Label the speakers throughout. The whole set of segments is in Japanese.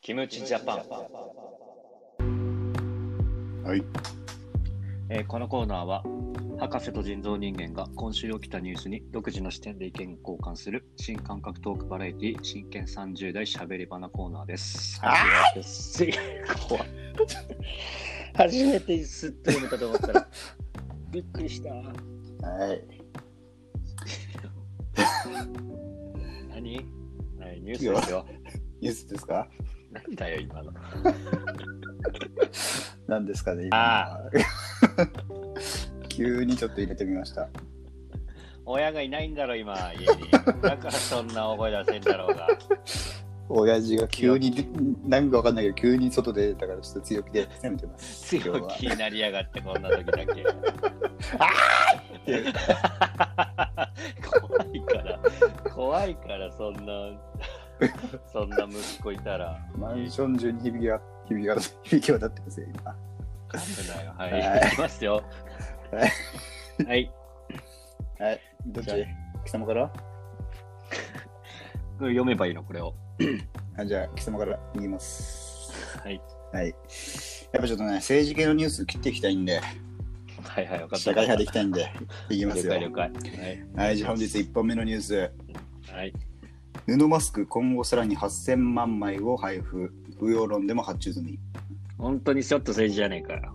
Speaker 1: キムチジャパン。
Speaker 2: はい。
Speaker 1: えーこのコーナーは、博士と人造人間が今週起きたニュースに独自の視点で意見交換する新感覚トークバラエティ真剣30代しゃべり場のコーナーです。
Speaker 2: あ
Speaker 1: 初めてす怖い初めてすっと読めたと思った ら、びっくりした。
Speaker 2: はい。
Speaker 1: 何、はい、ニュースですよ。
Speaker 2: ニュースですか
Speaker 1: 何だよ、今の。
Speaker 2: 何ですかね、今のは。急にちょっと入れてみました。
Speaker 1: 親がいないんだろ、今、家に。だからそんな覚え出せんだろうが。
Speaker 2: 親父が急に、なんかわかんないけど、急に外で出たからちょっと強気で攻めてます。
Speaker 1: 強
Speaker 2: 今
Speaker 1: 気
Speaker 2: 日
Speaker 1: になりやがってこんな時だけ。
Speaker 2: あ
Speaker 1: あ 怖いから怖いからそんなそんな息子いたら
Speaker 2: はマンション中に響きが、響きが、響き渡ってますよ、今。
Speaker 1: 危ないよ
Speaker 2: は
Speaker 1: はいい行きますよ
Speaker 2: は
Speaker 1: はい
Speaker 2: はい。どっち
Speaker 1: じゃあ
Speaker 2: 貴様から
Speaker 1: これ読めばいいのこれを
Speaker 2: あじゃあ、貴様から言います。
Speaker 1: はい
Speaker 2: はい。やっぱちょっとね、政治系のニュース切っていきたいんで、
Speaker 1: はいはい分かった
Speaker 2: 社会派でいきたいんで、いきますよ。
Speaker 1: 了解了解はい
Speaker 2: はい、じゃあ本日1本目のニュース。
Speaker 1: はい
Speaker 2: 布マスク今後さらに8000万枚を配布不要論でも発注済み、
Speaker 1: 本当にちょっと政治じゃねえから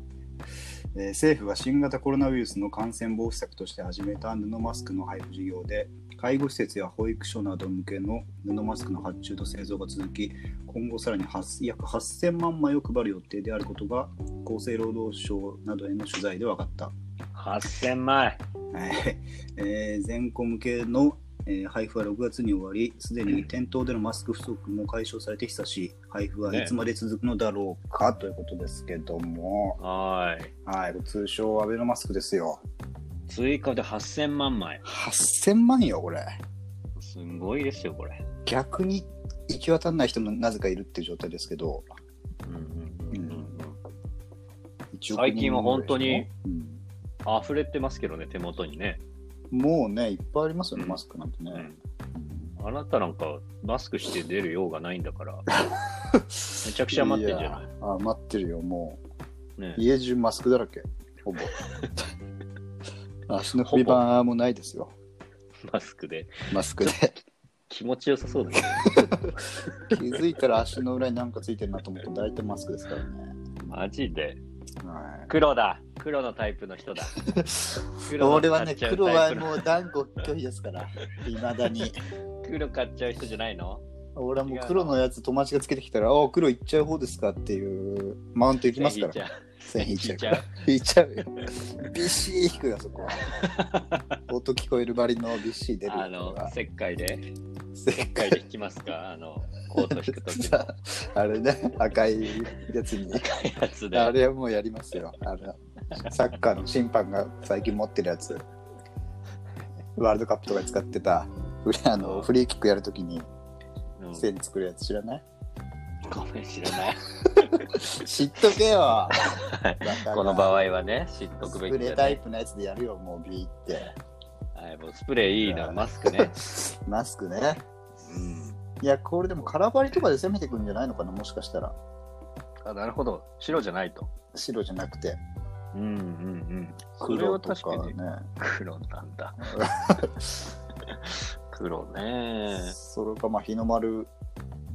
Speaker 2: えー政府が新型コロナウイルスの感染防止策として始めた布マスクの配布事業で介護施設や保育所など向けの布マスクの発注と製造が続き今後さらに8約8000万枚を配る予定であることが厚生労働省などへの取材で分かった
Speaker 1: 8000枚
Speaker 2: はいえー全校向けの、えー配布は6月に終わり、すでに店頭でのマスク不足も解消されて久しい、配布はいつまで続くのだろうか、ということですけども、
Speaker 1: はーい
Speaker 2: はい、通称アベノマスクですよ。
Speaker 1: 追加で8000万枚
Speaker 2: 8000万よ、これ。
Speaker 1: すんごいですよこれ
Speaker 2: 逆に行き渡らない人もなぜかいるっていう状態ですけど、
Speaker 1: うんうんうんうんうん
Speaker 2: 1億人
Speaker 1: 最近は本当に
Speaker 2: うん
Speaker 1: 溢れてますけどね手元にね
Speaker 2: もうね、いっぱいありますよね、
Speaker 1: うん
Speaker 2: マスクなんてね。
Speaker 1: うんあなたなんかマスクして出る用がないんだ から、めちゃくちゃ待ってんじゃない
Speaker 2: やあ待ってるよ、もう。
Speaker 1: ね、
Speaker 2: 家中マスクだらけ、ほ ぼ。足の振り場もないですよ、
Speaker 1: マスクで。
Speaker 2: マスクで。
Speaker 1: 気持ちよさそうだね。
Speaker 2: 気づいたら足の裏になんかついてるなと思って、大体マスクですからね。
Speaker 1: マジで。
Speaker 2: は
Speaker 1: 黒だ。黒のタイプの人だ。
Speaker 2: い、
Speaker 1: の
Speaker 2: 俺は
Speaker 1: 買
Speaker 2: ね、
Speaker 1: っちゃう
Speaker 2: 黒
Speaker 1: タ
Speaker 2: は
Speaker 1: イプの
Speaker 2: もう断固拒否ですから、いまだに。
Speaker 1: 黒買っちゃう人じゃないの
Speaker 2: 俺はもう黒のやつ、友達がつけてきたら、ああ、黒いっちゃう方ですかっていうマウントいきますから、
Speaker 1: じゃ
Speaker 2: 線引いちゃうから
Speaker 1: 線。
Speaker 2: 引いちゃうよ。ビシー引くよ、そこは。 音聞こえるばりのビシー出る
Speaker 1: ああ
Speaker 2: よ
Speaker 1: の
Speaker 2: これは、
Speaker 1: 石灰で、
Speaker 2: 正
Speaker 1: 石
Speaker 2: 解
Speaker 1: 灰で引きますかあの、コート引く とき
Speaker 2: さああれね、赤いやつに。
Speaker 1: のやつで。
Speaker 2: あれはもうやりますよ。あのサッカーの審判が最近持ってるやつ。ワールドカップとかに使ってた、フリあのフリーキックやるときに
Speaker 1: うん
Speaker 2: 線作るやつ知らない
Speaker 1: ごめん、知らない。
Speaker 2: 知っとけよ
Speaker 1: この場合はね、知っと
Speaker 2: ス
Speaker 1: く
Speaker 2: プ
Speaker 1: べき
Speaker 2: レー
Speaker 1: だ、
Speaker 2: タイ
Speaker 1: ね。
Speaker 2: プのやつでやるよ、もうビーって。
Speaker 1: はい、もうスプレーいいな、マスクね。
Speaker 2: マスクね。
Speaker 1: うん。
Speaker 2: いや、これでも空張りとかで攻めてくんじゃないのかな、もしかしたら。
Speaker 1: あ、なるほど。白じゃないと。
Speaker 2: 白じゃなくて。
Speaker 1: うんうんうん。それ
Speaker 2: 黒
Speaker 1: は
Speaker 2: と
Speaker 1: 確か
Speaker 2: か
Speaker 1: に
Speaker 2: ね。
Speaker 1: 黒なん だ。黒ね。
Speaker 2: それか、まあ、日の丸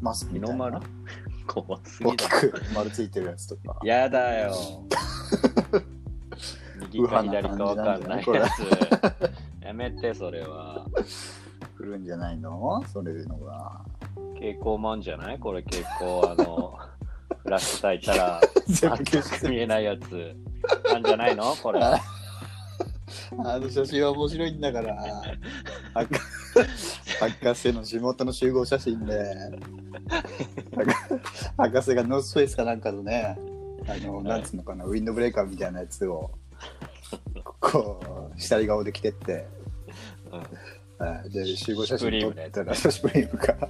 Speaker 2: マスク
Speaker 1: 日
Speaker 2: みたい
Speaker 1: の
Speaker 2: な。
Speaker 1: 丸怖すぎ
Speaker 2: 大
Speaker 1: だ
Speaker 2: き。く丸ついてるやつとか。
Speaker 1: やだよ。右か左かわかんないや つ。やめて、それは。
Speaker 2: 来るんじゃないのそういうの が。
Speaker 1: 蛍光もんじゃないこれ蛍光、あ の、フラッシュ焚いたら、
Speaker 2: 全部消して
Speaker 1: 全く見えないやつ。なんじゃないの これ。
Speaker 2: ああの写真は面白いんだから。博博士の地元の集合写真で。博博士がノースフェイスかなんかのね、あの、なんつうのかな、ウィンドブレーカーみたいなやつを、こう、下り顔で着てって。
Speaker 1: うん
Speaker 2: はいで集合写真撮ったら、
Speaker 1: シ
Speaker 2: シュプリームか。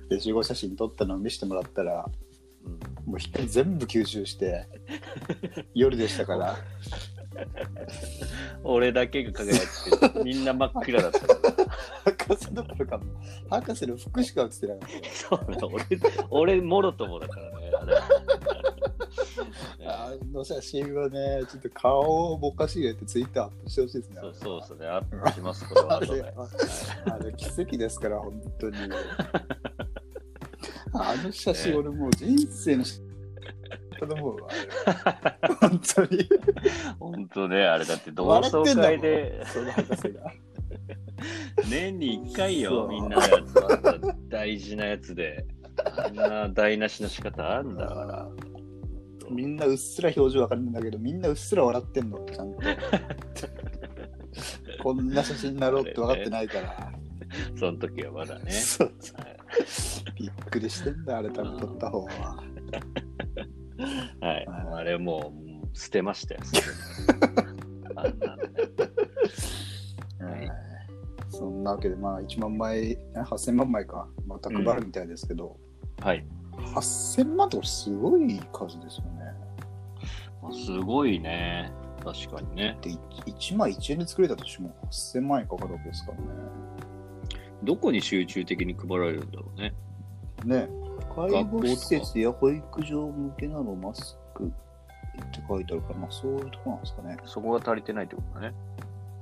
Speaker 1: うん
Speaker 2: で、集合写真撮ったのを見せてもらったら、もう光全部吸収して、夜でしたから、
Speaker 1: 俺だけが輝いてて、みんな真っ暗だったから。
Speaker 2: 博博士どころかもう博士の服しか映ってなかっ
Speaker 1: そうだ俺 俺もろともだからねあれね
Speaker 2: たあの写真はねちょっと顔をぼかし入れてツイッターアップしてほしいですね
Speaker 1: そうそうですねアップしますこれは
Speaker 2: あ
Speaker 1: 後
Speaker 2: れ
Speaker 1: で、
Speaker 2: はあれ奇跡ですから本当 にあの写真、
Speaker 1: ね
Speaker 2: 俺もう人生の写真だと思うわあれ 本当に
Speaker 1: 本当ねあれだって同
Speaker 2: 笑
Speaker 1: 窓
Speaker 2: ってんだも
Speaker 1: 会
Speaker 2: ん
Speaker 1: で
Speaker 2: その博士が
Speaker 1: 年に1回
Speaker 2: そ
Speaker 1: よ
Speaker 2: う
Speaker 1: みんなのやつは大事なやつであんな台無しの仕方あんだから
Speaker 2: みんなうっすら表情わかるんだけどみんなうっすら笑ってんの ちゃんとこんな写真になろうって分かってないから、
Speaker 1: その時はまだね
Speaker 2: そうそう
Speaker 1: はい
Speaker 2: びっくりしてんだあれ多分撮った方は
Speaker 1: はい、
Speaker 2: はい
Speaker 1: あれもうもう捨てま したよ。あんなのねはい
Speaker 2: そんなわけでまあ1万枚え8000万枚かまた配るみたいですけど、
Speaker 1: はい、
Speaker 2: 8000万ってこれすごい数ですよね
Speaker 1: まあすごいね、確かにね。
Speaker 2: で 1, 枚1円で作れたとしても8000万円かかるわけですから
Speaker 1: どこに集中的に配られるんだろうね。
Speaker 2: ねね介
Speaker 1: 学校
Speaker 2: 護
Speaker 1: とか
Speaker 2: 施設や保育所向けなのマスクって書いてあるからまあそういうとこなんですかね
Speaker 1: そこが足りてないってことだね。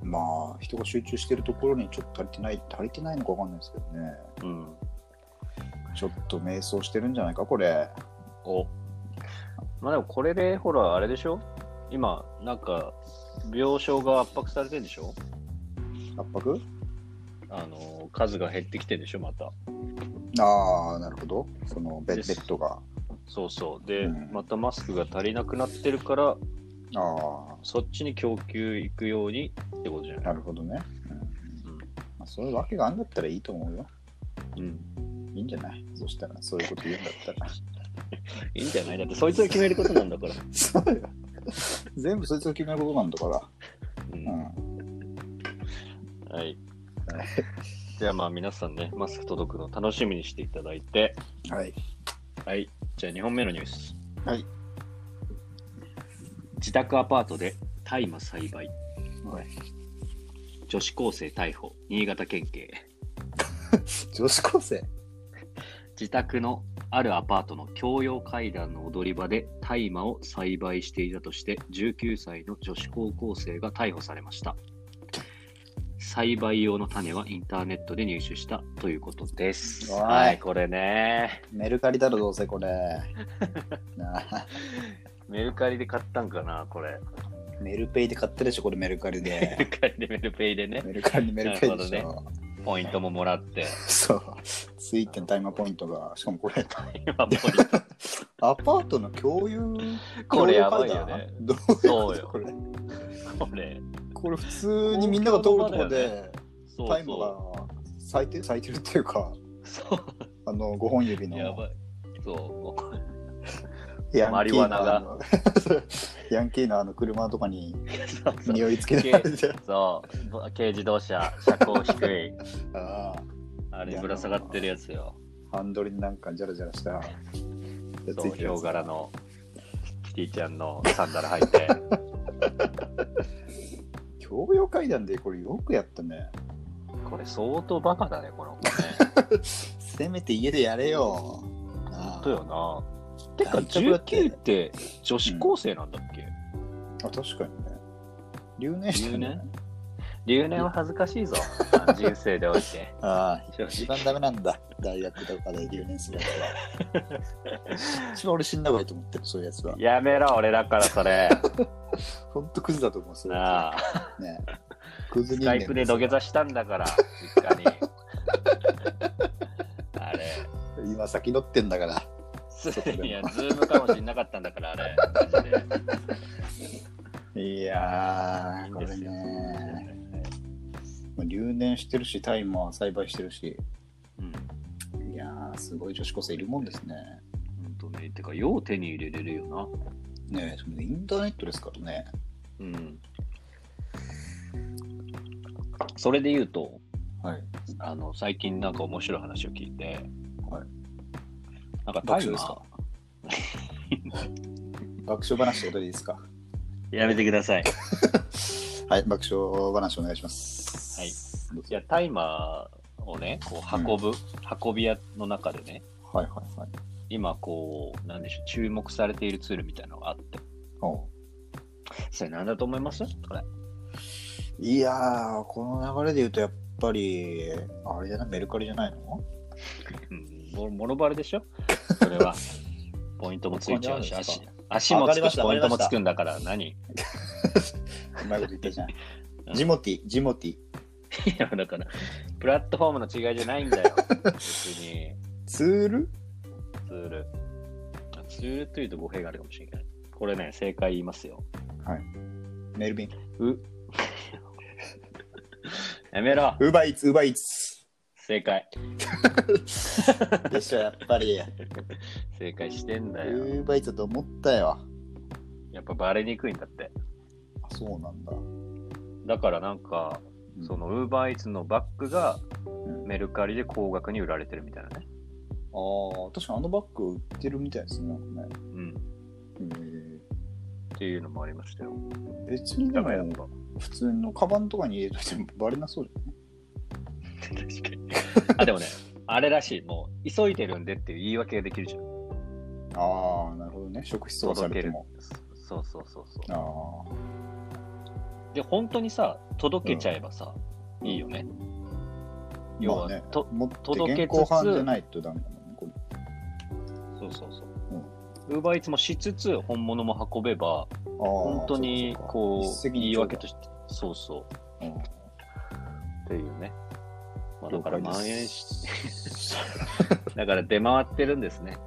Speaker 2: まあ人が集中してるところにちょっと足りてない足りてないのかわかんないですけどね
Speaker 1: うん。
Speaker 2: ちょっと迷走してるんじゃないかこれ
Speaker 1: おまあでもこれで、ほら、あれでしょ今、なんか、病床が圧迫されてるんでしょ
Speaker 2: 圧迫
Speaker 1: あの、数が減ってきてるんでしょまた。
Speaker 2: ああなるほどそのベ
Speaker 1: です
Speaker 2: ベッドが
Speaker 1: そうそう。で、
Speaker 2: うん
Speaker 1: またマスクが足りなくなってるから、
Speaker 2: あ
Speaker 1: そっちに供給行くようにってことじゃ
Speaker 2: あ
Speaker 1: ない
Speaker 2: なるほどね、うんまあ、そういうわけがあんだったらいいと思うよ
Speaker 1: うん。うん
Speaker 2: いいんじゃないそしたらそういうこと言うんだったら
Speaker 1: いいんじゃないだってそいつが決めることなんだから。
Speaker 2: そうよ全部そいつが決めることなんだから
Speaker 1: うん
Speaker 2: うん
Speaker 1: はい。じゃあまあ皆さんね、マスク届くの楽しみにしていただいて。
Speaker 2: はい
Speaker 1: はい。じゃあ2本目のニュース。
Speaker 2: はい。
Speaker 1: 自宅アパートで大麻栽培。
Speaker 2: はい
Speaker 1: 女子高生逮捕。新潟県警。
Speaker 2: 女子高生
Speaker 1: 自宅のあるアパートの共用階段の踊り場で大麻を栽培していたとして19歳の女子高校生が逮捕されました栽培用の種はインターネットで入手したということです
Speaker 2: おい
Speaker 1: はいこれね
Speaker 2: メルカリだろどう せこれなあ
Speaker 1: メルカリで買ったんかなこれ
Speaker 2: メルペイで買ったでしょこれメルカリ
Speaker 1: メ ル
Speaker 2: で
Speaker 1: カリでメルペイでね
Speaker 2: メルカリメルペイでし
Speaker 1: なる
Speaker 2: ょ、
Speaker 1: ポイントももらって
Speaker 2: そうついてのタイマーポイントがしかも これ
Speaker 1: 今ポイント
Speaker 2: アパートの共有
Speaker 1: これやばいよね
Speaker 2: どういうこ
Speaker 1: そう
Speaker 2: と
Speaker 1: よ
Speaker 2: これ
Speaker 1: これ
Speaker 2: これ普通にみんなが通るとこ
Speaker 1: 公
Speaker 2: ろ
Speaker 1: 共の場だ
Speaker 2: で
Speaker 1: そう
Speaker 2: タイムが
Speaker 1: そ
Speaker 2: 咲いて咲いてるっていうか
Speaker 1: うそう
Speaker 2: あの5本指の
Speaker 1: やばいそう
Speaker 2: ヤン
Speaker 1: マ
Speaker 2: キ
Speaker 1: リ
Speaker 2: ー
Speaker 1: ワ
Speaker 2: の
Speaker 1: ナが
Speaker 2: あの ヤンキーのあの車とかに
Speaker 1: そうそう
Speaker 2: 匂いつけられて
Speaker 1: そう 軽自動車車高低い
Speaker 2: あ
Speaker 1: あれぶら下がってるやつよ。
Speaker 2: あハンドルになんかジャラジャラしたやつ
Speaker 1: そう、
Speaker 2: いて
Speaker 1: ヒ
Speaker 2: るや
Speaker 1: ョ
Speaker 2: つ
Speaker 1: ウ柄のキティちゃんのサンダル履い て。
Speaker 2: 共用階段でこれよくやったね
Speaker 1: これ相当バカだね、この子ね。
Speaker 2: せめて家でやれよ
Speaker 1: 本
Speaker 2: あ
Speaker 1: 当よ な。てか、
Speaker 2: 大丈夫だって
Speaker 1: 19って女子高生なんだっけ
Speaker 2: あ確かにね留年して
Speaker 1: 留年留年は恥ずかしいぞ。人生でおいて。
Speaker 2: ああ、
Speaker 1: 正直
Speaker 2: 一番ダメなんだ。大学とかで留年するやつは。一番俺死んだ方がいいと思ってる、そういうやつは。
Speaker 1: やめろ、俺だからそれ。
Speaker 2: ほんとクズだと思う、そういうや
Speaker 1: なあ、
Speaker 2: つは。ねクズ
Speaker 1: ス
Speaker 2: 人
Speaker 1: カ
Speaker 2: 間
Speaker 1: イプで土下座したんだから、実 家に。あれ。
Speaker 2: 今先乗ってんだから。
Speaker 1: すでに、いやズームかもしれなかったんだから、あ れ。マジで
Speaker 2: いや
Speaker 1: いい
Speaker 2: ー、
Speaker 1: ん
Speaker 2: こ
Speaker 1: で
Speaker 2: れ
Speaker 1: すよ
Speaker 2: ね。留年してるし、タイマー栽培してるし。
Speaker 1: うん
Speaker 2: いやー、すごい女子高生いるもんですね。
Speaker 1: うんとね、てか、よう手に入れれるよな。
Speaker 2: ねえそれインターネットですからね。
Speaker 1: うん。それで言うと、
Speaker 2: はい。
Speaker 1: あの、最近なんか面白い話を聞いて、
Speaker 2: はい。
Speaker 1: なんか
Speaker 2: 爆
Speaker 1: タイ
Speaker 2: 笑
Speaker 1: マ
Speaker 2: です
Speaker 1: ー
Speaker 2: か爆笑話ってことでいいですか
Speaker 1: やめてください。
Speaker 2: はい、爆笑話お願いします。
Speaker 1: はい
Speaker 2: どうぞ。
Speaker 1: いや、タイマーをね、こう運ぶ、運び屋の中でね、
Speaker 2: はいはいはい。
Speaker 1: 今こう、なんでしょう、注目されているツールみたいなのがあって、
Speaker 2: お
Speaker 1: それなんだと思いますこれ。
Speaker 2: いやー、この流れで言うと、やっぱり、あれじゃない、メルカリじゃないの
Speaker 1: うん、ももろバレでしょそれ は。ポイントもついちゃうし、
Speaker 2: ここにある
Speaker 1: 足
Speaker 2: んですか
Speaker 1: 足も
Speaker 2: わか
Speaker 1: つ
Speaker 2: り
Speaker 1: く
Speaker 2: ま
Speaker 1: し、
Speaker 2: した
Speaker 1: ポイントも
Speaker 2: わかりま
Speaker 1: つ
Speaker 2: した
Speaker 1: くんだから、何いう
Speaker 2: まいこと言った じゃん
Speaker 1: う。ん
Speaker 2: ジモティ、ジモティ。
Speaker 1: や、だから、プラットフォームの違いじゃないんだよ。別に、
Speaker 2: ツール
Speaker 1: ツール。ツールというと語弊があるかもしれない。これね、正解言いますよ。
Speaker 2: メルビン。
Speaker 1: う。やめろ。
Speaker 2: ウーバーイーツ、ウーバーイーツ。
Speaker 1: 正解。
Speaker 2: でしょ、やっぱり。ウ
Speaker 1: 正解してんだよ。
Speaker 2: ーバーイーツだと思ったよ。
Speaker 1: やっぱバレにくいんだって。
Speaker 2: あそうなんだ。
Speaker 1: だからなんか、その UberEats のバッグが
Speaker 2: ん
Speaker 1: メルカリで高額に売られてるみたいなね。
Speaker 2: ああ、確かにあのバッグ売ってるみたいですね。なんか
Speaker 1: うん。
Speaker 2: ね
Speaker 1: っていうのもありましたよ。
Speaker 2: 別にで
Speaker 1: だからやっ
Speaker 2: も、
Speaker 1: ぱ、
Speaker 2: 普通のカバンとかに入れといてもバレなそうじゃん。
Speaker 1: 確かに。あ、でもね、あれらしい、もう、急いでるんでっていう言い訳ができるじゃん。
Speaker 2: ああ、なるほどね。職質をされても。
Speaker 1: そうそうそうそ
Speaker 2: ああ、
Speaker 1: う。で、本当にさ、届けちゃえばさ、いいよね。要
Speaker 2: ま
Speaker 1: は、
Speaker 2: あね、
Speaker 1: と
Speaker 2: 持って
Speaker 1: 届け
Speaker 2: 現
Speaker 1: つつ
Speaker 2: 行犯じゃないとダメだもんね。これ
Speaker 1: そうそうそう。ウーバーイーツもしつつ本物も運べば、
Speaker 2: あー
Speaker 1: 本当に
Speaker 2: そうか
Speaker 1: こ、
Speaker 2: そうか
Speaker 1: 言い訳と
Speaker 2: して。
Speaker 1: して、そうそう。
Speaker 2: うん
Speaker 1: っていうね。まあ、だ
Speaker 2: 了
Speaker 1: から
Speaker 2: 解です
Speaker 1: 蔓延し、だから出回ってるんですね。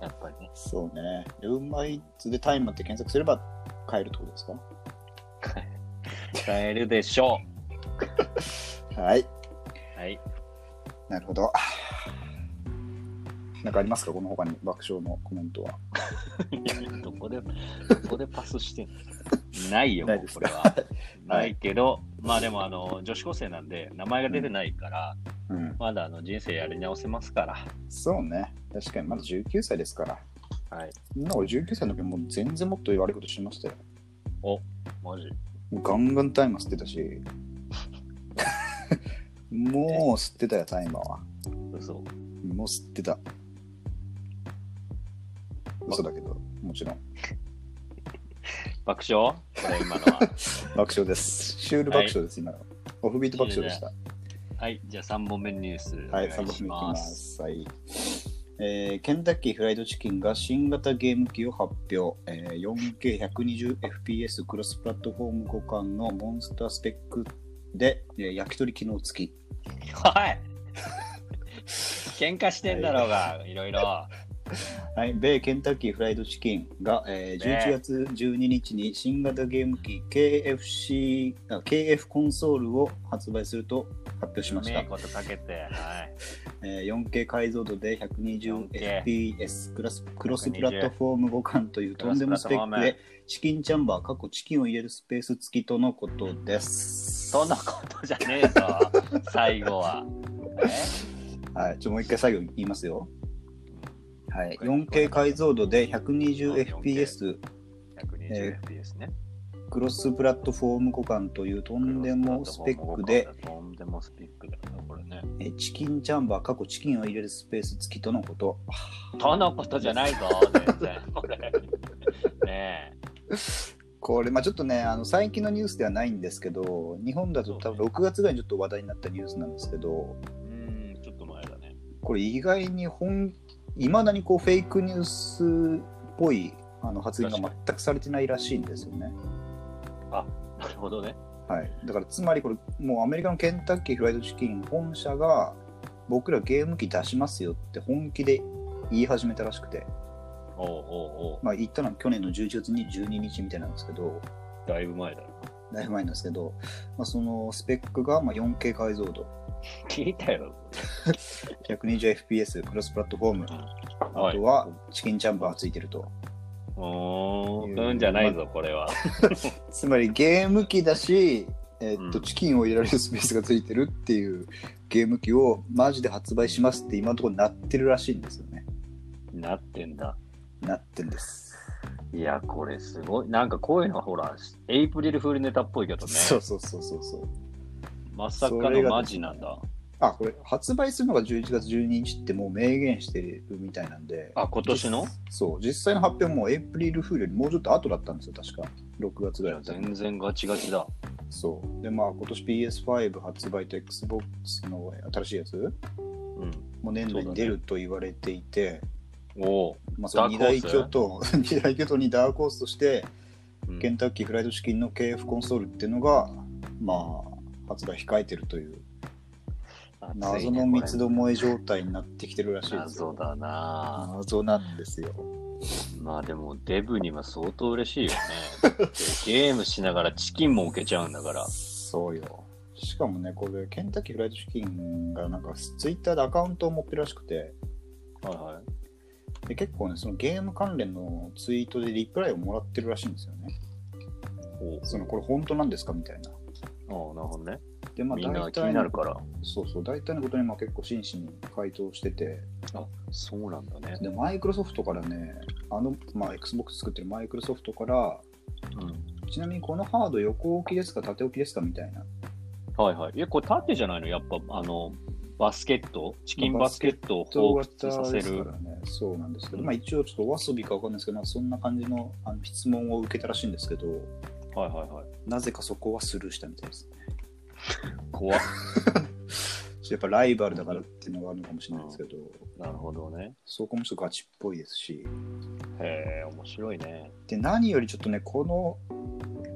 Speaker 1: やっぱりね。
Speaker 2: そうね。ルーマイーツでタイマーって検索すれば買えるってことですか
Speaker 1: 買えるでしょ
Speaker 2: はい。
Speaker 1: う。はい。
Speaker 2: なるほど。なんかありますかこの他に爆笑のコメントは。
Speaker 1: どこで、どこでパスしてんのないよ、
Speaker 2: な
Speaker 1: も
Speaker 2: いうです
Speaker 1: こ
Speaker 2: か
Speaker 1: れ は。ないけど、まあでも、あの、女子高生なんで、名前が出てないから、
Speaker 2: うん。
Speaker 1: まだあの人生やり直せますから。
Speaker 2: そうね。確かにまだ19歳ですから。
Speaker 1: はい。
Speaker 2: そんな俺19歳の時もう全然もっと悪いことしてましたよ。
Speaker 1: マジ。
Speaker 2: もうガンガンタイマー吸ってたし。 もう吸ってたよ、タイマーは。
Speaker 1: 嘘。
Speaker 2: もう吸ってた。嘘だけど、もちろん。
Speaker 1: 爆笑これ今の は。
Speaker 2: 爆笑です。シュール爆笑です、今の。オフビート爆笑でした。
Speaker 1: はい。じゃあ3本目ニュース。お
Speaker 2: は
Speaker 1: 願
Speaker 2: い、
Speaker 1: い
Speaker 2: 3本目い
Speaker 1: し
Speaker 2: き
Speaker 1: ま。
Speaker 2: ますす。はいえーケンタッキーフライドチキンが新型ゲーム機を発表、えー 4K120fps クロスプラットフォーム互換のモンスタースペックで、えー焼き鳥機能付き
Speaker 1: はい。喧嘩してんだろうが、いろいろ。
Speaker 2: はい、米ケンタッキーフライドチキンが、えー
Speaker 1: ね
Speaker 2: 11月12日に新型ゲーム機 KFC あ KF コンソールを発売すると発表しまし
Speaker 1: う
Speaker 2: た
Speaker 1: めえ、ことかけて。はい。
Speaker 2: えー 4K 解像度で
Speaker 1: 4K
Speaker 2: 120fps クラスクロスプラットフォーム互換というとんでもスペ
Speaker 1: クロスプ
Speaker 2: ッ
Speaker 1: ラッ
Speaker 2: ク
Speaker 1: トフォー
Speaker 2: でチキンチャンバー過去チキンを入れるスペース付きとのことです
Speaker 1: そんなことじゃねえ ぞ、最後は。
Speaker 2: はい、ちょもう一回最後に言いますよ、はい、4K 解像度で 120fps
Speaker 1: え ?120fps ね。
Speaker 2: クロスプラットフォーム互換というとんでもスペックで、
Speaker 1: とんでもスペックだな、これね。
Speaker 2: えーチキンチャンバー過去チキンを入れるスペース付きとのこと
Speaker 1: とのことじゃないぞ、全然。これ。 ね
Speaker 2: これ、まあ、ちょっとねあの最近のニュースではないんですけど日本だと多分6月ぐらいにちょっと話題になったニュースなんですけど
Speaker 1: え。うん、ちょっと前だね。
Speaker 2: これ意外に本いまだにこうフェイクニュースっぽいあの発言が全くされてないらしいんですよね。
Speaker 1: なるほどね。
Speaker 2: はい、だからつまりこれもうアメリカのケンタッキーフライドチキン本社が僕らゲーム機出しますよって本気で言い始めたらしくて、
Speaker 1: おうおうお
Speaker 2: まあ、言ったのは去年の11月に12日みたいなんですけど、
Speaker 1: うだいぶ前だな。
Speaker 2: だいぶ前なんですけど、まあ、そのスペックがまあ 4K 解像度、
Speaker 1: 聞いたよ。
Speaker 2: 120fps クロスプラットフォーム、あ
Speaker 1: はい
Speaker 2: とはチキンチャンバーついてると。
Speaker 1: おー、うんじゃないぞ、これは。
Speaker 2: つまりゲーム機だし、えーっと
Speaker 1: うん
Speaker 2: チキンを入れられるスペースがついてるっていうゲーム機をマジで発売しますって今のところなってるらしいんですよね。
Speaker 1: なってんだ。
Speaker 2: なってんです。
Speaker 1: いや、これすごい。なんかこういうのはほら、エイプリルフールネタっぽいけどね。
Speaker 2: そうそうそうそうそう。
Speaker 1: まさか
Speaker 2: それ
Speaker 1: の
Speaker 2: が
Speaker 1: マジなんだ。
Speaker 2: あ、これ、発売するのが11月12日ってもう明言してるみたいなんで、
Speaker 1: あ、今年の
Speaker 2: そう、実際の発表もエイプリルフールよりもうちょっと後だったんですよ、確か。6月ぐらいだったんで
Speaker 1: 全然ガチガチだ。
Speaker 2: そう。で、まあ、今年 PS5 発売と Xbox の新しいやつ
Speaker 1: うん。
Speaker 2: も年度に出ると言われていて、
Speaker 1: おお。
Speaker 2: まあ、その二
Speaker 1: ダークホー
Speaker 2: 大
Speaker 1: ス
Speaker 2: 巨頭、 二大巨頭にダークホースとして、
Speaker 1: うん
Speaker 2: ケンタッキーフライドチキンの KF コンソールっていうのが、まあ、発売控えてるという、謎の三つどもえ状態になってきてるらしいです
Speaker 1: 謎
Speaker 2: よ。
Speaker 1: だな
Speaker 2: 謎なんですよ。
Speaker 1: まあでもデブには相当嬉しいよね ゲームしながらチキンも置けちゃうんだから
Speaker 2: そうよ。しかもね、これ、ケンタッキーフライドチキンが、なんか、ツイッターでアカウントを持ってるらしくて、
Speaker 1: はいはい
Speaker 2: で結構ね、そのゲーム関連のツイートでリプライをもらってるらしいんですよね。
Speaker 1: お
Speaker 2: その、これ本当なんですかみたいな。
Speaker 1: おなるほどね、
Speaker 2: で、まあ、
Speaker 1: みんな
Speaker 2: 大
Speaker 1: 気に
Speaker 2: 体
Speaker 1: な
Speaker 2: の
Speaker 1: る、から
Speaker 2: そうそう、大体のことにまあ結構真摯に回答してて、
Speaker 1: あそうなんだね
Speaker 2: で、マイクロソフトからね、あの、まあ、Xbox 作ってるマイクロソフトから、
Speaker 1: うん
Speaker 2: ちなみにこのハード横置きですか縦置きですかみたいな。
Speaker 1: はいはいいやこれ縦じゃないのやっぱあのバスケットチキンバスケットを
Speaker 2: 大
Speaker 1: 彷
Speaker 2: 型
Speaker 1: 彿させ
Speaker 2: ですか
Speaker 1: る
Speaker 2: らね、そうなんですけど、
Speaker 1: うん
Speaker 2: まあ一応ちょっとお遊びかわかんないですけど、なんかそんな感じのあの質問を受けたらしいんですけど、
Speaker 1: はいはいはい
Speaker 2: なぜかそこはスルーしたみたいですね。
Speaker 1: 怖っ
Speaker 2: やっぱライバルだからっていうのがあるのかもしれないですけど、
Speaker 1: なるほどね
Speaker 2: そこもちょっとガチっぽいですし、
Speaker 1: へえ面白いね
Speaker 2: で何よりちょっとね、こ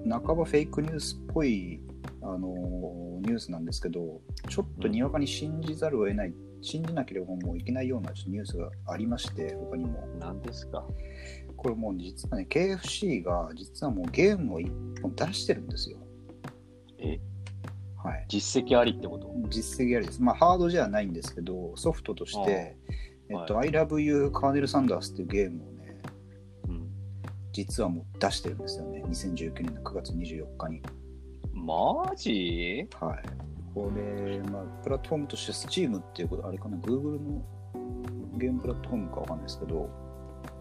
Speaker 2: の半ばフェイクニュースっぽい、あのーニュースなんですけど、ちょっとにわかに信じざるを得ない、信じなければもういけないようなちょっとニュースがありまして、他にも。
Speaker 1: 何ですか
Speaker 2: これもう実はね、KFC が実はもうゲームを1本出してるんですよ。
Speaker 1: え
Speaker 2: はい。
Speaker 1: 実績ありってこと
Speaker 2: 実績ありです。まあ、ハードじゃないんですけど、ソフトとして、
Speaker 1: あ
Speaker 2: え
Speaker 1: あ
Speaker 2: っと、I love you カーネル・サンダースっていうゲームをね、
Speaker 1: うん
Speaker 2: 実はもう出してるんですよね。2019年の9月24日に。
Speaker 1: マジ
Speaker 2: はい。これ、まあ、プラットフォームとして Steam っていうこと、あれかな、Google のゲームプラットフォームかわかんないですけど、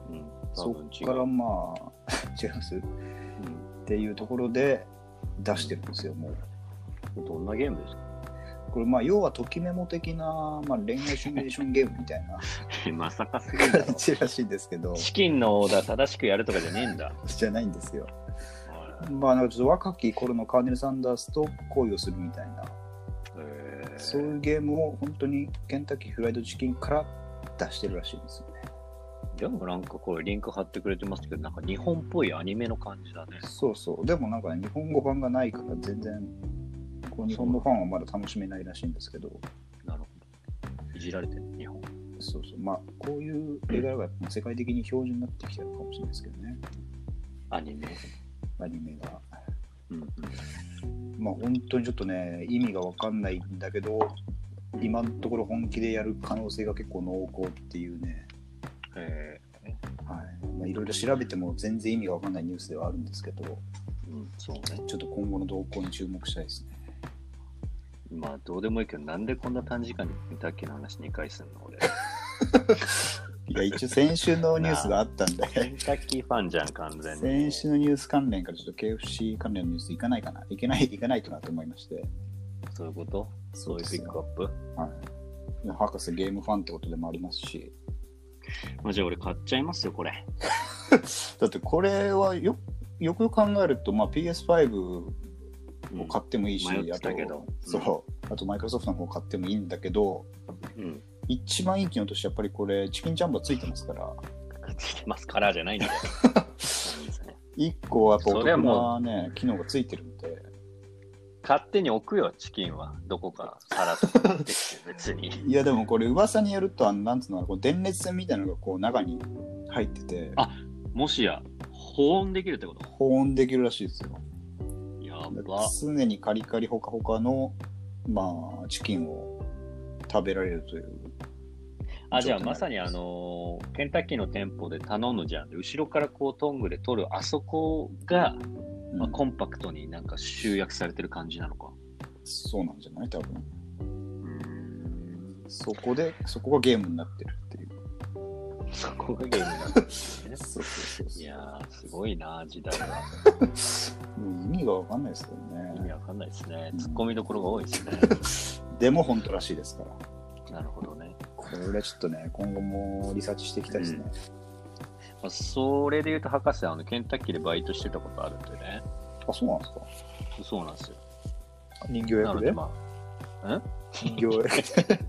Speaker 1: うん多
Speaker 2: そ
Speaker 1: 分違う
Speaker 2: こからまあ、 違いますっ
Speaker 1: うん
Speaker 2: ていうところで出してるんですよ、もう。
Speaker 1: どんなゲームですか
Speaker 2: これまあ要はときメモ的な、まあ、恋愛シミュレーションゲームみたいな
Speaker 1: まさかすぎるだ
Speaker 2: 感
Speaker 1: ろ。
Speaker 2: じらしいんですけど
Speaker 1: チキンのオーダー正しくやるとかじゃねえん だ。
Speaker 2: じゃないんですよ。まあなんかちょっと若き頃のカーネル・サンダースと恋をするみたいな
Speaker 1: へ
Speaker 2: そういうゲームを本当にケンタッキーフライドチキンから出してるらしいんですよね。
Speaker 1: でもなんかこれリンク貼ってくれてますけど、なんか日本っぽいアニメの感じだね。
Speaker 2: そうそうでもなんか、ね、日本語版がないから全然こう日本のファンはまだ楽しめないらしいんですけど
Speaker 1: なるほど。いじられてる、日本。
Speaker 2: そうそうまあこういう映画が世界的に標準になってきてるかもしれないですけどね
Speaker 1: アニメ。
Speaker 2: アニメが。
Speaker 1: うん
Speaker 2: まあ本当にちょっとね意味が分かんないんだけど
Speaker 1: うん。
Speaker 2: 今のところ本気でやる可能性が結構濃厚っていうね、
Speaker 1: へ
Speaker 2: はいまあ、いろいろ調べても全然意味が分かんないニュースではあるんですけどち
Speaker 1: ーうん、そうね。
Speaker 2: ょっと今後の動向に注目したいですね
Speaker 1: まあどうでもいいけど、なんでこんな短時間にケンタッキーの話2回すんの俺。
Speaker 2: いや一応先週のニュースがあったん
Speaker 1: ケ
Speaker 2: で
Speaker 1: ンタッキーファンじゃん、完全に。
Speaker 2: 先週のニュース関連からちょっと KFC 関連のニュースいかないかないけないいかないとなと思いまして
Speaker 1: そういうことそういう
Speaker 2: で
Speaker 1: ピ
Speaker 2: す
Speaker 1: ックア
Speaker 2: よ
Speaker 1: ップ
Speaker 2: はい博士ゲームファンってことでもありますし
Speaker 1: まあじゃあ俺買っちゃいますよ、これ。
Speaker 2: だってこれはよよくよく考えると、まあ、PS5 を買ってもいいし、
Speaker 1: うん迷っ
Speaker 2: あ
Speaker 1: てたけど
Speaker 2: と、そう、あとマイクロソフトの方買ってもいいんだけど、
Speaker 1: うん。
Speaker 2: 一番いい機能としてやっぱりこれ、チキンジャンボついてますから、
Speaker 1: ついてますからじゃないん だよ。そうですね
Speaker 2: 一個はやっぱお
Speaker 1: それは
Speaker 2: 得
Speaker 1: も
Speaker 2: なね、機能がついてるんで、
Speaker 1: 勝手に置くよ、チキンは。どこか皿とか持ってきて、別に。
Speaker 2: いやでもこれ、噂によると、あのなんつうのかな、こう電熱線みたいなのがこう中に入ってて、
Speaker 1: あもしや、保温できるってこと
Speaker 2: 保温できるらしいですよ。
Speaker 1: やば。
Speaker 2: 常にカリカリほかほかの、まあ、チキンを食べられるという。
Speaker 1: あ、じゃあまさにあのーケンタッキーの店舗で頼むじゃん。後ろからこうトングで取る、あそこが、
Speaker 2: うん
Speaker 1: まあ、コンパクトになんか集約されてる感じなのか。
Speaker 2: そうなんじゃない多分。
Speaker 1: うーん。
Speaker 2: そこで、そこがゲームになってるっていう。
Speaker 1: そこがゲームなんだ、ね。
Speaker 2: そうそうそうそう
Speaker 1: いやー、すごいな、時代は。
Speaker 2: もう意味がわかんないですけど
Speaker 1: 意味
Speaker 2: ね。
Speaker 1: わかんないですね。突っ込みどころが多いですね。
Speaker 2: でも本当らしいですから。
Speaker 1: なるほどね。
Speaker 2: これはちょっとね、今後もリサーチしていきたいですね。
Speaker 1: まあ、それで言うと、博士、あの、ケンタッキーでバイトしてたことあるんでね。
Speaker 2: あ、そうなんですか
Speaker 1: そうなんですよ。
Speaker 2: 人形
Speaker 1: なの
Speaker 2: 役
Speaker 1: で、
Speaker 2: で
Speaker 1: ま
Speaker 2: 人 形役で。
Speaker 1: あ、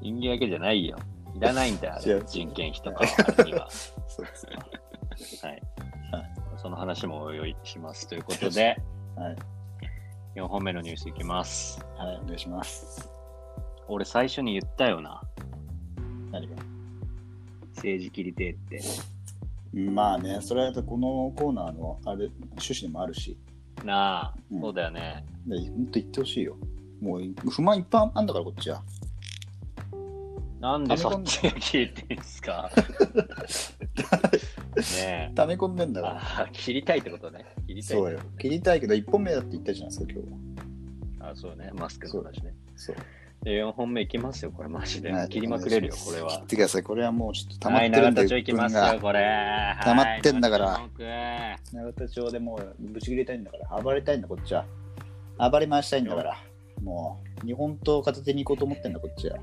Speaker 1: 人間だけじゃないよ。いらないんだよあ
Speaker 2: 違
Speaker 1: れ
Speaker 2: う、
Speaker 1: 人件費とかはあるに は。
Speaker 2: そうですね。
Speaker 1: はい
Speaker 2: は。
Speaker 1: その話もお用意します。ということで、
Speaker 2: はい。
Speaker 1: 4本目のニュースいきます。
Speaker 2: はい、お願いします。
Speaker 1: 俺、最初に言ったよな。
Speaker 2: 何が
Speaker 1: 政治切りてえって。
Speaker 2: まあね、それはこのコーナーのあれ趣旨でもあるし、
Speaker 1: なあ、
Speaker 2: うん
Speaker 1: そうだよね。
Speaker 2: でほんと言ってほしいよ。もう不満いっぱいあんだから、こっちは。
Speaker 1: なんでそっちが聞いてんす かねえ。
Speaker 2: 溜め込んでんだから。
Speaker 1: ああ、切りたいってことね。切りたいって
Speaker 2: そ
Speaker 1: こと
Speaker 2: う
Speaker 1: ね、
Speaker 2: よ。切りたいけど、1本目だって言ったじゃないですか、今日は。
Speaker 1: あそうね、マスクの話ね。
Speaker 2: そう。
Speaker 1: で、4本目いきますよ、これマジで
Speaker 2: は。い
Speaker 1: 切りまくれるよ、これ
Speaker 2: 切
Speaker 1: は
Speaker 2: っ。てください。これはもうちょっと溜ま
Speaker 1: は
Speaker 2: って
Speaker 1: い、
Speaker 2: る
Speaker 1: 長
Speaker 2: んで、
Speaker 1: 田町いきますよ、これ。
Speaker 2: 溜まってんだから
Speaker 1: はい長田町文句
Speaker 2: 長田町でもうぶち切れたいんだから、暴れたいんだ、こっちは。暴れ回したいんだから、もう、日本刀片手に行こうと思ってんだ、こっちは。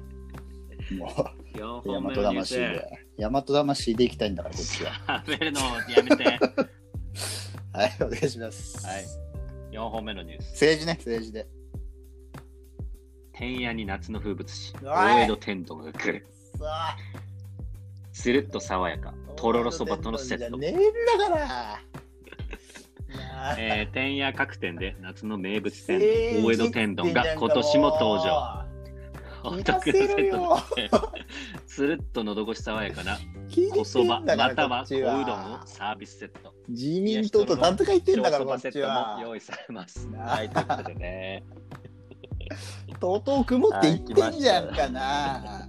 Speaker 2: も
Speaker 1: 4
Speaker 2: う、大
Speaker 1: 本
Speaker 2: 和
Speaker 1: 目のニュー
Speaker 2: 魂
Speaker 1: ス
Speaker 2: で。大和魂で行きたいんだから、こっ ちは。
Speaker 1: 喋るのやめて。
Speaker 2: はい、お願いします。
Speaker 1: はい4本目のニュース。
Speaker 2: 政治ね、政治で。
Speaker 1: 天夜に夏の風物詩、
Speaker 2: おい
Speaker 1: 大江戸天丼が来る。
Speaker 2: さあ、
Speaker 1: つるっと爽やか、とろろそばとのセット。
Speaker 2: ねえんだ から。なあ
Speaker 1: えー、天夜各店で夏の名物店、大江戸天丼が今年も登場。。お
Speaker 2: 聞か
Speaker 1: 得な
Speaker 2: せ
Speaker 1: セ
Speaker 2: ろ
Speaker 1: ット
Speaker 2: よ
Speaker 1: として、 つるっと喉越し爽やかな
Speaker 2: 聞い
Speaker 1: 小そ
Speaker 2: て
Speaker 1: ば
Speaker 2: んだか
Speaker 1: ま
Speaker 2: ら
Speaker 1: たは
Speaker 2: こっ
Speaker 1: 小
Speaker 2: ち
Speaker 1: うど
Speaker 2: は
Speaker 1: んをサービスセット。
Speaker 2: 自民党となんとか言ってんだから、こ
Speaker 1: 小
Speaker 2: っ
Speaker 1: そば
Speaker 2: ち
Speaker 1: セット
Speaker 2: は
Speaker 1: も。用意されます。
Speaker 2: なあ
Speaker 1: はい、ということでね。
Speaker 2: とうとう雲って言ってんじゃんかな。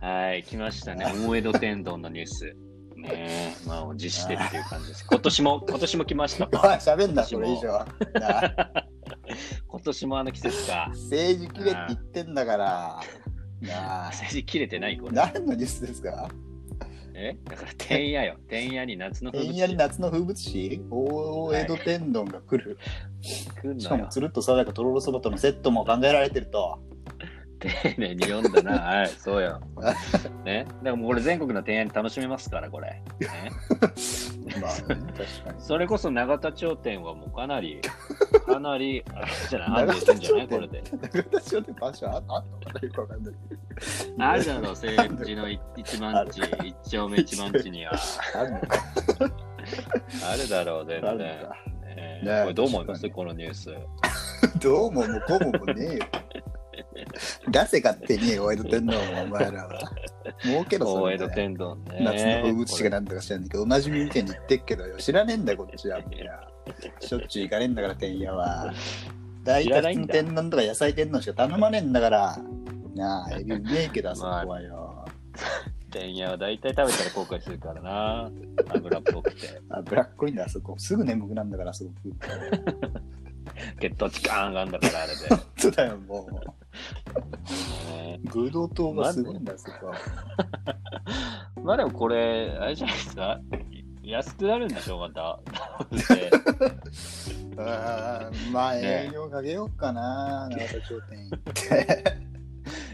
Speaker 1: はい、来ましたね。大江戸天丼のニュース。ねえ、まあ、実してるという感じ です。今年も、今年も来ました
Speaker 2: おい、
Speaker 1: か。
Speaker 2: 喋んな、それ以上。なあ
Speaker 1: 今年もあの季節か。
Speaker 2: 政治切れって言ってんだから。なあ
Speaker 1: 政治切れてない、これ。
Speaker 2: 何のニュースですか
Speaker 1: え、だから、てんやよ。てんやに夏の風
Speaker 2: えん
Speaker 1: 物
Speaker 2: やり
Speaker 1: 詩。
Speaker 2: 夏の風物詩大江戸天丼が来る。
Speaker 1: 来ん
Speaker 2: し
Speaker 1: の
Speaker 2: かも
Speaker 1: よ。
Speaker 2: つるっと爽やかとろろそばとのセットも考えられてる と。
Speaker 1: 丁寧に読んだな。はい、そう よ。ね、だから、もう、これ全国の庭園楽しめますから、これ。ね。
Speaker 2: まあ、確かに。
Speaker 1: それこそ永田町店はもうかなり、かなり、あれじゃない、
Speaker 2: 長
Speaker 1: 安定して
Speaker 2: 田
Speaker 1: んじゃない
Speaker 2: 町
Speaker 1: これで。
Speaker 2: 長田町って場所あんのあんのかなよくわかんないけど。
Speaker 1: あるだろう、政治の一一番地、一丁目一番地には。
Speaker 2: あるのか。
Speaker 1: あるだろう、全
Speaker 2: あ
Speaker 1: 然。
Speaker 2: るのか。
Speaker 1: ねえ
Speaker 2: ねえ
Speaker 1: これどう思いま
Speaker 2: 確
Speaker 1: す
Speaker 2: かに
Speaker 1: このニュース。
Speaker 2: どうももうこうももね えよ。出せ勝手に大江戸天皇もお前らは。儲けろそ
Speaker 1: 大
Speaker 2: れ
Speaker 1: 江
Speaker 2: で
Speaker 1: 戸天丼ね。
Speaker 2: 夏の風物詩がなんとか知らんねえけど、おなじみみたいに言ってっけどよ。知らねえんだよ、こっちは。みんなしょっちゅう行かねえんだから、天野は。大
Speaker 1: 知らないん
Speaker 2: 体の
Speaker 1: だ
Speaker 2: 天丼とか野菜天丼しか頼まねえんだから。なあ、エビうめえけ ど、あそこはよ。
Speaker 1: 天夜は大体食べたら後悔するからな。油っぽくて。
Speaker 2: あ、ブラックいんだ、あそこ。すぐ眠くなんだから、すごく。
Speaker 1: 血糖値ガーンがあんだから、あれで。
Speaker 2: そうだよ、もう。
Speaker 1: ね
Speaker 2: ブドウ糖がすごいんだ、あそこは。
Speaker 1: えまあでもこれ、あれじゃないですか。安くなるんでしょ、また。 で
Speaker 2: あーまあ、
Speaker 1: ね
Speaker 2: 営業かけようかな、長田商店行って。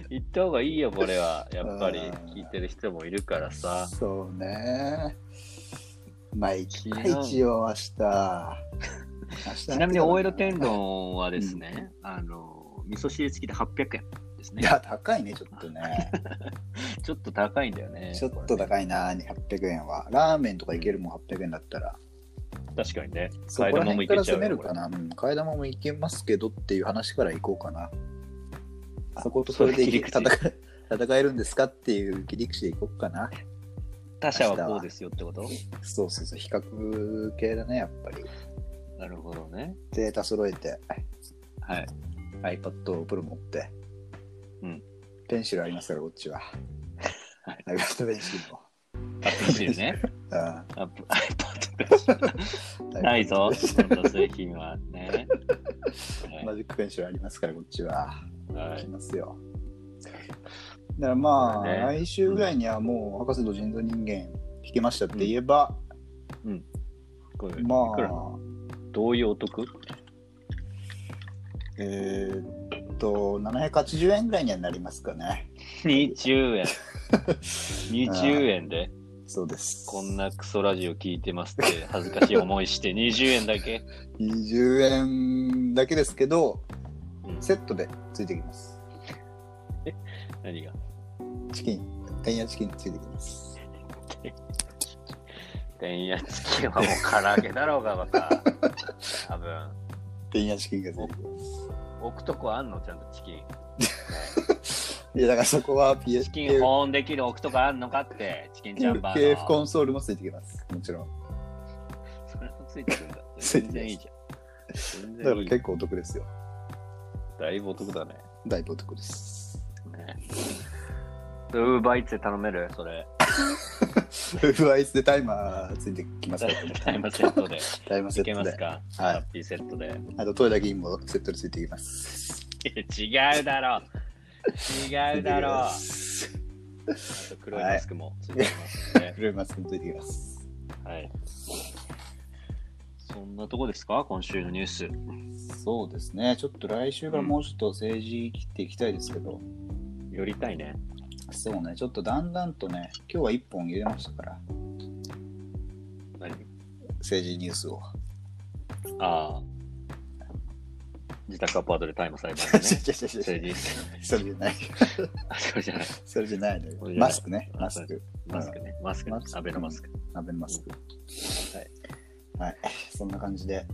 Speaker 1: 行った方がいいよ、これは。やっぱり
Speaker 2: うん、
Speaker 1: 聞いてる人もいるからさ。
Speaker 2: そうね。まあ、行きたい、
Speaker 1: 昨日
Speaker 2: 一応、明日。ち
Speaker 1: ちなみに大江戸天
Speaker 2: 丼
Speaker 1: 丼はですね、あの、味噌汁付きで800円です
Speaker 2: い
Speaker 1: ね。
Speaker 2: や、高いね、ちょっとね。
Speaker 1: ちょっと高いんだよね。
Speaker 2: ちょっと
Speaker 1: い。
Speaker 2: 高いな、800円は。ラーメンとかいけるもん、800円だったら。
Speaker 1: 確かにね。
Speaker 2: そ
Speaker 1: 替え
Speaker 2: こら
Speaker 1: 玉も
Speaker 2: 辺
Speaker 1: い
Speaker 2: か
Speaker 1: け
Speaker 2: ら
Speaker 1: ちゃ
Speaker 2: 攻
Speaker 1: う
Speaker 2: め
Speaker 1: よ
Speaker 2: る
Speaker 1: こ
Speaker 2: か
Speaker 1: れ
Speaker 2: な。うん替え玉もいけますけどっていう話からいこうかな。
Speaker 1: あ
Speaker 2: そことそれで
Speaker 1: そういう切り口
Speaker 2: 戦え戦えるんですかっていう切り口でいこうかな。
Speaker 1: 他社はこうですよってこと
Speaker 2: そうそうそう、比較系だね、やっぱり。
Speaker 1: なるほどね。
Speaker 2: データ揃えて、
Speaker 1: はい。
Speaker 2: iPad Pro 持って。
Speaker 1: うん。
Speaker 2: ペンシルありますから、こっちは。
Speaker 1: はい
Speaker 2: アイパッドペンシルも。
Speaker 1: アップシル ね。
Speaker 2: う
Speaker 1: アップ iPad
Speaker 2: ん
Speaker 1: ないぞ。そんな製品はね。
Speaker 2: マジックペンシルありますから、こっちは。
Speaker 1: はいは
Speaker 2: き
Speaker 1: い。
Speaker 2: ますよ。だからまあ、
Speaker 1: そうだね
Speaker 2: 来週ぐらいにはもう、博士と人造人間聞けましたって言えば、
Speaker 1: これ、
Speaker 2: ま
Speaker 1: いくら
Speaker 2: あ、
Speaker 1: どういうお得
Speaker 2: えーっと、780円ぐらいにはなりますかね。
Speaker 1: 20円。20円で、
Speaker 2: そうです。
Speaker 1: こんなクソラジオ聞いてますって、恥ずかしい思いして、20円だけ。
Speaker 2: 20円だけですけど、
Speaker 1: うん
Speaker 2: セットでついてきます。
Speaker 1: 何が
Speaker 2: チキン、てんやチキンついてきます。
Speaker 1: てんやつきはもう唐揚げだろうが、バカ。多分。
Speaker 2: てんやチキンがついてきま
Speaker 1: 置くとこあんのちゃんとチキン。ね
Speaker 2: す。いや、だからそこは PS
Speaker 1: チキン保温できる置くとこあんのかって、チキンジャンバ
Speaker 2: KF
Speaker 1: ー
Speaker 2: コ
Speaker 1: の。
Speaker 2: ンソールもついてきます。もちろん。
Speaker 1: それもついてくるんだ。
Speaker 2: ついて
Speaker 1: 全
Speaker 2: きます
Speaker 1: 然いいじゃん。全
Speaker 2: だから
Speaker 1: 然いい。
Speaker 2: 結構お得ですよ。
Speaker 1: だいぶお得だね。
Speaker 2: だいぶお得です。
Speaker 1: ウーバーイーツで頼めるそれ。
Speaker 2: 不愛でタイマーついてきますから
Speaker 1: タイムセットで。
Speaker 2: タイマーセ
Speaker 1: い
Speaker 2: ッ
Speaker 1: け
Speaker 2: ト
Speaker 1: ます
Speaker 2: で。
Speaker 1: か
Speaker 2: はい
Speaker 1: ハッピーセットで。
Speaker 2: あと、トイレ銀もセットでついてきます。
Speaker 1: いや違うだろう違うだろうあと黒いマスクもついてきますね。
Speaker 2: 黒いマスクもついてきます。
Speaker 1: はい。そんなとこですか今週のニュース。
Speaker 2: そうですね。ちょっと来週からもうちょっと政治切っていきたいですけど、
Speaker 1: 寄りたいね。
Speaker 2: そうね、ちょっとだんだんとね、今日は1本入れましたから、
Speaker 1: 何
Speaker 2: 政治ニュースを。
Speaker 1: ああ。自宅アパートで大麻裁判 ね。
Speaker 2: 違う違う違う
Speaker 1: 政
Speaker 2: 違
Speaker 1: 治に。
Speaker 2: う それじゃない。
Speaker 1: あ、それじゃない。
Speaker 2: それじゃないの
Speaker 1: それ
Speaker 2: よ。
Speaker 1: じゃない
Speaker 2: マスクね、マスク。
Speaker 1: マスクね。マスク。
Speaker 2: マスク
Speaker 1: 安倍のマスク。
Speaker 2: 鍋のマスク。
Speaker 1: はい。
Speaker 2: はい。そんな感じで、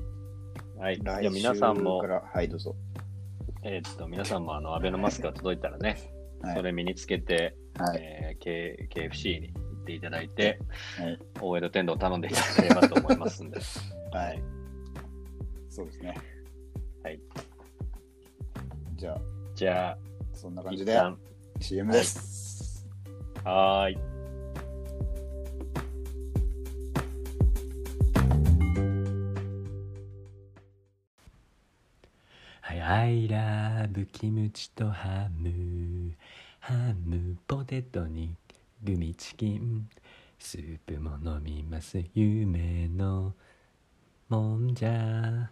Speaker 1: はい。じゃあ
Speaker 2: 来週
Speaker 1: 皆さんも
Speaker 2: か、ら、はい、どうぞ。
Speaker 1: えーっと、皆さんもあの、安倍のマスクが届いたらね、
Speaker 2: はい
Speaker 1: それ身につけて、
Speaker 2: はい。
Speaker 1: えー K- KFC に行っていただいて、
Speaker 2: はい
Speaker 1: 大江戸天童を頼んでいただければと思いますん で。
Speaker 2: はい。そうですね。
Speaker 1: はい。
Speaker 2: じゃあ、
Speaker 1: じゃあ、
Speaker 2: そんな感
Speaker 1: 一
Speaker 2: じで、
Speaker 1: 旦、
Speaker 2: CM です。
Speaker 1: はーい。
Speaker 3: はい、アイラブキムチとハムハムポテトにグミチキンスープも飲みます夢のもんじゃ